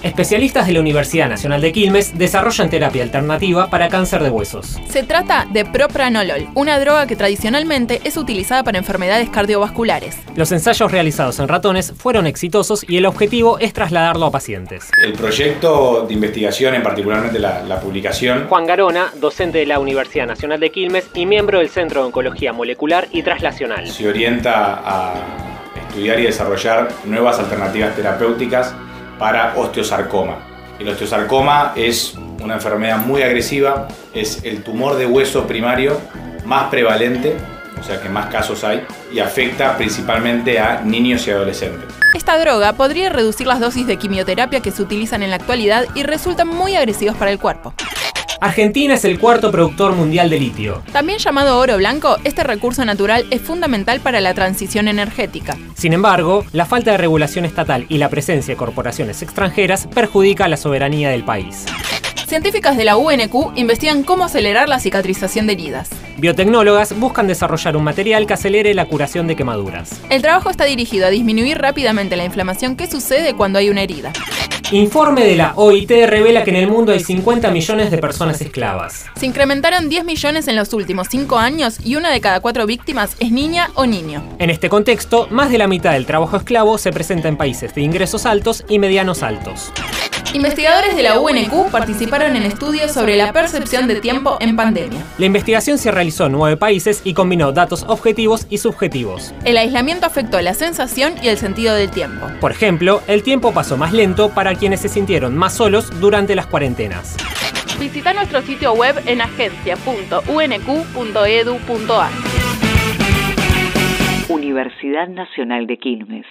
Especialistas de la Universidad Nacional de Quilmes desarrollan terapia alternativa para cáncer de huesos. Se trata de propranolol, una droga que tradicionalmente es utilizada para enfermedades cardiovasculares. Los ensayos realizados en ratones fueron exitosos y el objetivo es trasladarlo a pacientes. El proyecto de investigación, en particularmente la, la publicación, Juan Garona, docente de la Universidad Nacional de Quilmes y miembro del Centro de Oncología Molecular y Translacional. se orienta a estudiar y desarrollar nuevas alternativas terapéuticas para osteosarcoma. El osteosarcoma es una enfermedad muy agresiva, es el tumor de hueso primario más prevalente, o sea que más casos hay, y afecta principalmente a niños y adolescentes. Esta droga podría reducir las dosis de quimioterapia que se utilizan en la actualidad y resultan muy agresivos para el cuerpo. Argentina es el cuarto productor mundial de litio. También llamado oro blanco, este recurso natural es fundamental para la transición energética. Sin embargo, la falta de regulación estatal y la presencia de corporaciones extranjeras perjudica la soberanía del país. Científicas de la UNQ investigan cómo acelerar la cicatrización de heridas. Biotecnólogas buscan desarrollar un material que acelere la curación de quemaduras. El trabajo está dirigido a disminuir rápidamente la inflamación que sucede cuando hay una herida. Informe de la OIT revela que en el mundo hay 50 millones de personas esclavas. Se incrementaron 10 millones en los últimos 5 años y una de cada 4 víctimas es niña o niño. En este contexto, más de la mitad del trabajo esclavo se presenta en países de ingresos altos y medianos altos. Investigadores de la UNQ participaron en estudios sobre la percepción de tiempo en pandemia. La investigación se realizó en nueve países y combinó datos objetivos y subjetivos. El aislamiento afectó la sensación y el sentido del tiempo. Por ejemplo, el tiempo pasó más lento para quienes se sintieron más solos durante las cuarentenas. Visita nuestro sitio web en E agencia.unq.edu.ar. Universidad Nacional de Quilmes.